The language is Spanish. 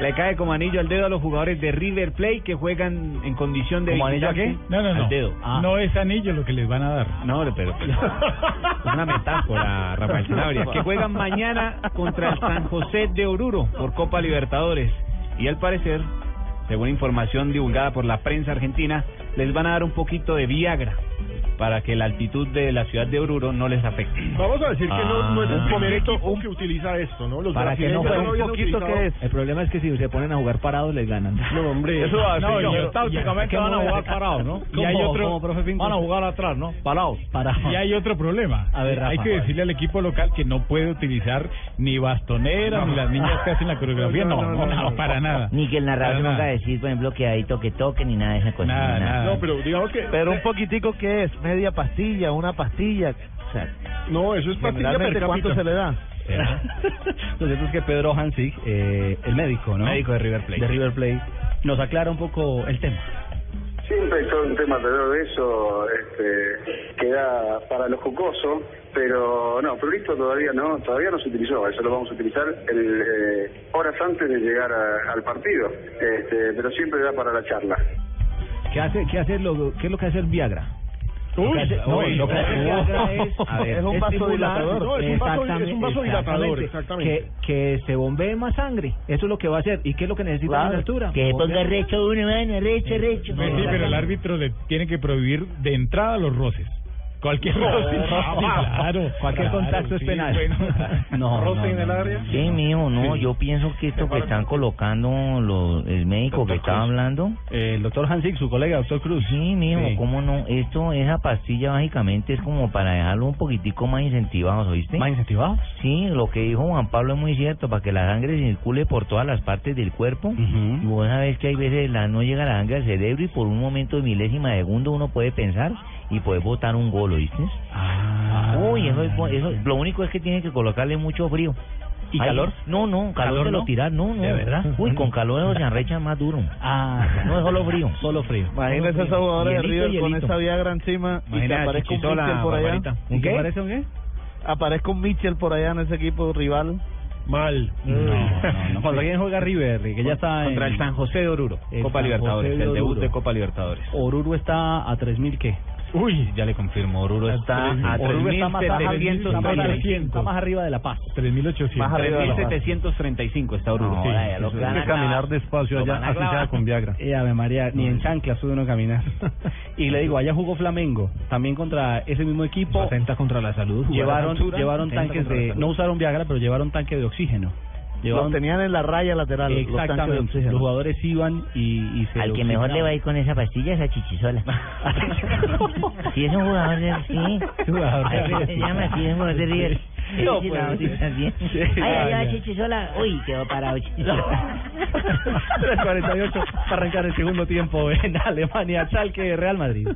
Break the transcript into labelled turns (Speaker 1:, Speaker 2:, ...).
Speaker 1: Le cae como anillo al dedo a los jugadores de River Plate que juegan en condición de.
Speaker 2: ¿Como anillo a
Speaker 1: visitante.
Speaker 2: qué?
Speaker 3: No, no, no.
Speaker 1: Al dedo. Ah.
Speaker 3: No es anillo lo que les van a dar.
Speaker 1: No, pero, pero- es una metáfora, Rafael Sanabria, que juegan mañana contra el San José de Oruro por Copa Libertadores. Y al parecer, según información divulgada por la prensa argentina, les van a dar un poquito de Viagra para que la altitud de la ciudad de Oruro no les afecte.
Speaker 4: Vamos a decir que no, no es el
Speaker 1: Ah.
Speaker 4: primer equipo que utiliza esto, ¿no? Los
Speaker 1: Para que no
Speaker 4: brasileños
Speaker 1: juegue
Speaker 4: ya
Speaker 1: un
Speaker 4: habían
Speaker 1: poquito,
Speaker 4: utilizado-
Speaker 1: ¿qué es?
Speaker 2: El problema es que si se ponen a jugar parados, les ganan.
Speaker 4: No, hombre.
Speaker 2: Eso va a ser yo. ¿Qué
Speaker 3: van a
Speaker 2: mover?
Speaker 3: jugar parados, ¿no? Y
Speaker 2: ¿Cómo,
Speaker 3: hay otro,
Speaker 2: cómo, profe Pinto?
Speaker 3: van a jugar atrás, ¿no? Parados.
Speaker 2: Parados.
Speaker 3: Y hay otro problema.
Speaker 2: A ver, Rafa.
Speaker 3: hay que decirle al equipo local que no puede utilizar ni bastoneras, ni las niñas que hacen la coreografía, no, no, no, para nada.
Speaker 5: Ni que el narrador
Speaker 3: Para
Speaker 5: no
Speaker 3: nada.
Speaker 5: a decir, por ejemplo, que hay toque toque ni nada de esa cosa.
Speaker 3: Nada, nada.
Speaker 4: No, pero digamos que...
Speaker 2: Pues, Pero un poquitico, ¿qué es? ¿Media pastilla? ¿Una pastilla? O sea,
Speaker 4: No, eso es pastilla per cápita.
Speaker 2: da?
Speaker 6: Lo cierto es que Pedro Hansig, eh, el médico, ¿no?
Speaker 1: Médico de River Plate.
Speaker 6: de River Plate, nos aclara un poco el tema.
Speaker 7: Siempre hay todo un tema alrededor de eso, este, queda para los jocosos, pero no, pero listo todavía no, todavía no se utilizó, eso lo vamos a utilizar el, eh, horas antes de llegar a- al partido, este, pero siempre da para la charla.
Speaker 2: ¿Qué hace, qué hace lo, qué es lo que hace el Viagra?
Speaker 4: Uy,
Speaker 2: Lo que hace- no,
Speaker 4: uy,
Speaker 2: lo que hace el Viagra es,
Speaker 1: A ver,
Speaker 2: es un
Speaker 4: estimular-
Speaker 2: vasodilatador.
Speaker 4: No, es un vaso-
Speaker 2: Exactamente,
Speaker 4: es un vasodilatador, exactamente.
Speaker 2: Que, que se bombee más sangre. Eso es lo que va a hacer. ¿Y qué es lo que necesita
Speaker 5: Claro,
Speaker 2: la altura?
Speaker 5: que se ponga
Speaker 2: Bombea.
Speaker 5: recho uno, mano, recho, recho.
Speaker 3: Sí, sí, pero el árbitro le tiene que prohibir de entrada los roces. Cualquier roce. Sí, claro,
Speaker 2: Cualquier
Speaker 3: claro,
Speaker 2: contacto es
Speaker 3: sí,
Speaker 2: penal.
Speaker 3: bueno.
Speaker 2: No,
Speaker 3: Roce
Speaker 2: no,
Speaker 3: en el
Speaker 2: no, no.
Speaker 3: área.
Speaker 5: Sí, mijo, no, yo pienso que esto que están colocando los, el médico que estaba hablando,
Speaker 6: Eh, el doctor Hansig, su colega, doctor Cruz.
Speaker 5: sí, mijo,
Speaker 6: Sí.
Speaker 5: cómo no, esto, esa pastilla básicamente es como para dejarlo un poquitico más incentivados, ¿oíste?
Speaker 6: ¿Más incentivados?
Speaker 5: Sí, lo que dijo Juan Pablo es muy cierto, para que la sangre circule por todas las partes del cuerpo.
Speaker 6: Ujú.
Speaker 5: Y vos sabés que hay veces la, no llega la sangre al cerebro y por un momento de milésima de segundo uno puede pensar y puede botar un gol, ¿oíste?
Speaker 6: Ah.
Speaker 5: Uy, eso es, bu- eso, lo único es que tiene que colocarle mucho frío.
Speaker 6: ¿Y
Speaker 5: Ay,
Speaker 6: calor?
Speaker 5: No, no, calor,
Speaker 6: ¿Calor
Speaker 5: se lo
Speaker 6: no?
Speaker 5: tirar, no, no.
Speaker 6: ¿De verdad?
Speaker 5: Uy, con calor eso se arrecha más duro.
Speaker 6: Ah,
Speaker 5: No, es solo frío.
Speaker 6: Solo frío.
Speaker 2: Imagínense esos jugadores de
Speaker 5: Hielito,
Speaker 2: River con
Speaker 5: hielito.
Speaker 2: esa Viagra encima y que
Speaker 1: Imagina a
Speaker 2: aparezca un
Speaker 1: Chichisola,
Speaker 2: Mitchell por allá.
Speaker 1: Barbarita.
Speaker 6: ¿Un qué?
Speaker 2: Aparezca-
Speaker 6: parece un qué?
Speaker 2: Aparezca un Mitchell por allá en ese equipo rival.
Speaker 4: Mal.
Speaker 3: Mm,
Speaker 6: No, no, no. Cuando alguien juega River, que ya está
Speaker 1: Contra
Speaker 6: en-
Speaker 1: el San José de Oruro,
Speaker 6: El
Speaker 1: Copa
Speaker 6: San
Speaker 1: Libertadores,
Speaker 6: José de
Speaker 1: el debut
Speaker 6: Oruro.
Speaker 1: de Copa Libertadores.
Speaker 6: Oruro está a 3.000 qué?
Speaker 1: Uy, ya le confirmo, Oruro está a
Speaker 6: Oruro está más, está más arriba-
Speaker 1: 3.735.
Speaker 6: está más arriba de La Paz.
Speaker 3: 3.800.
Speaker 2: Más arriba de la paz.
Speaker 1: 3.735 está Oruro.
Speaker 5: No,
Speaker 1: Sí.
Speaker 5: ya lo que van a clavar.
Speaker 2: despacio
Speaker 1: Lo allá, van a así clavar. sea con
Speaker 2: Viagra.
Speaker 6: Eh, Ave María, ni en chanclas puede uno caminar. y le digo, allá jugó Flamengo, también contra ese mismo equipo.
Speaker 2: Atenta contra la salud. jugar a
Speaker 6: Llevaron,
Speaker 2: altura,
Speaker 6: llevaron
Speaker 2: atenta
Speaker 6: tanques
Speaker 2: contra la
Speaker 6: de,
Speaker 2: salud.
Speaker 6: no usaron Viagra, pero llevaron tanque de oxígeno.
Speaker 2: Los
Speaker 6: Llevaron,
Speaker 2: tenían en la raya lateral. los tanques de
Speaker 6: exactamente,
Speaker 2: oxígeno.
Speaker 6: los jugadores iban y, y se
Speaker 5: Al que mejor le va a
Speaker 6: oxigenaban.
Speaker 5: ir con esa pastilla es a Chichisola. si es un jugador de sí.
Speaker 6: Jugador de
Speaker 5: Ay, ¿cómo se
Speaker 6: River.
Speaker 5: llama? Si es un jugador de River.
Speaker 6: No,
Speaker 5: Sí,
Speaker 6: pues.
Speaker 5: la bautizan bien.
Speaker 6: Sí,
Speaker 5: Ay, ay, ay,
Speaker 6: ya.
Speaker 5: Chichisola. Uy, quedó parado Chichisola.
Speaker 6: 3.48 para arrancar el segundo tiempo en Alemania, Schalke, Real Madrid.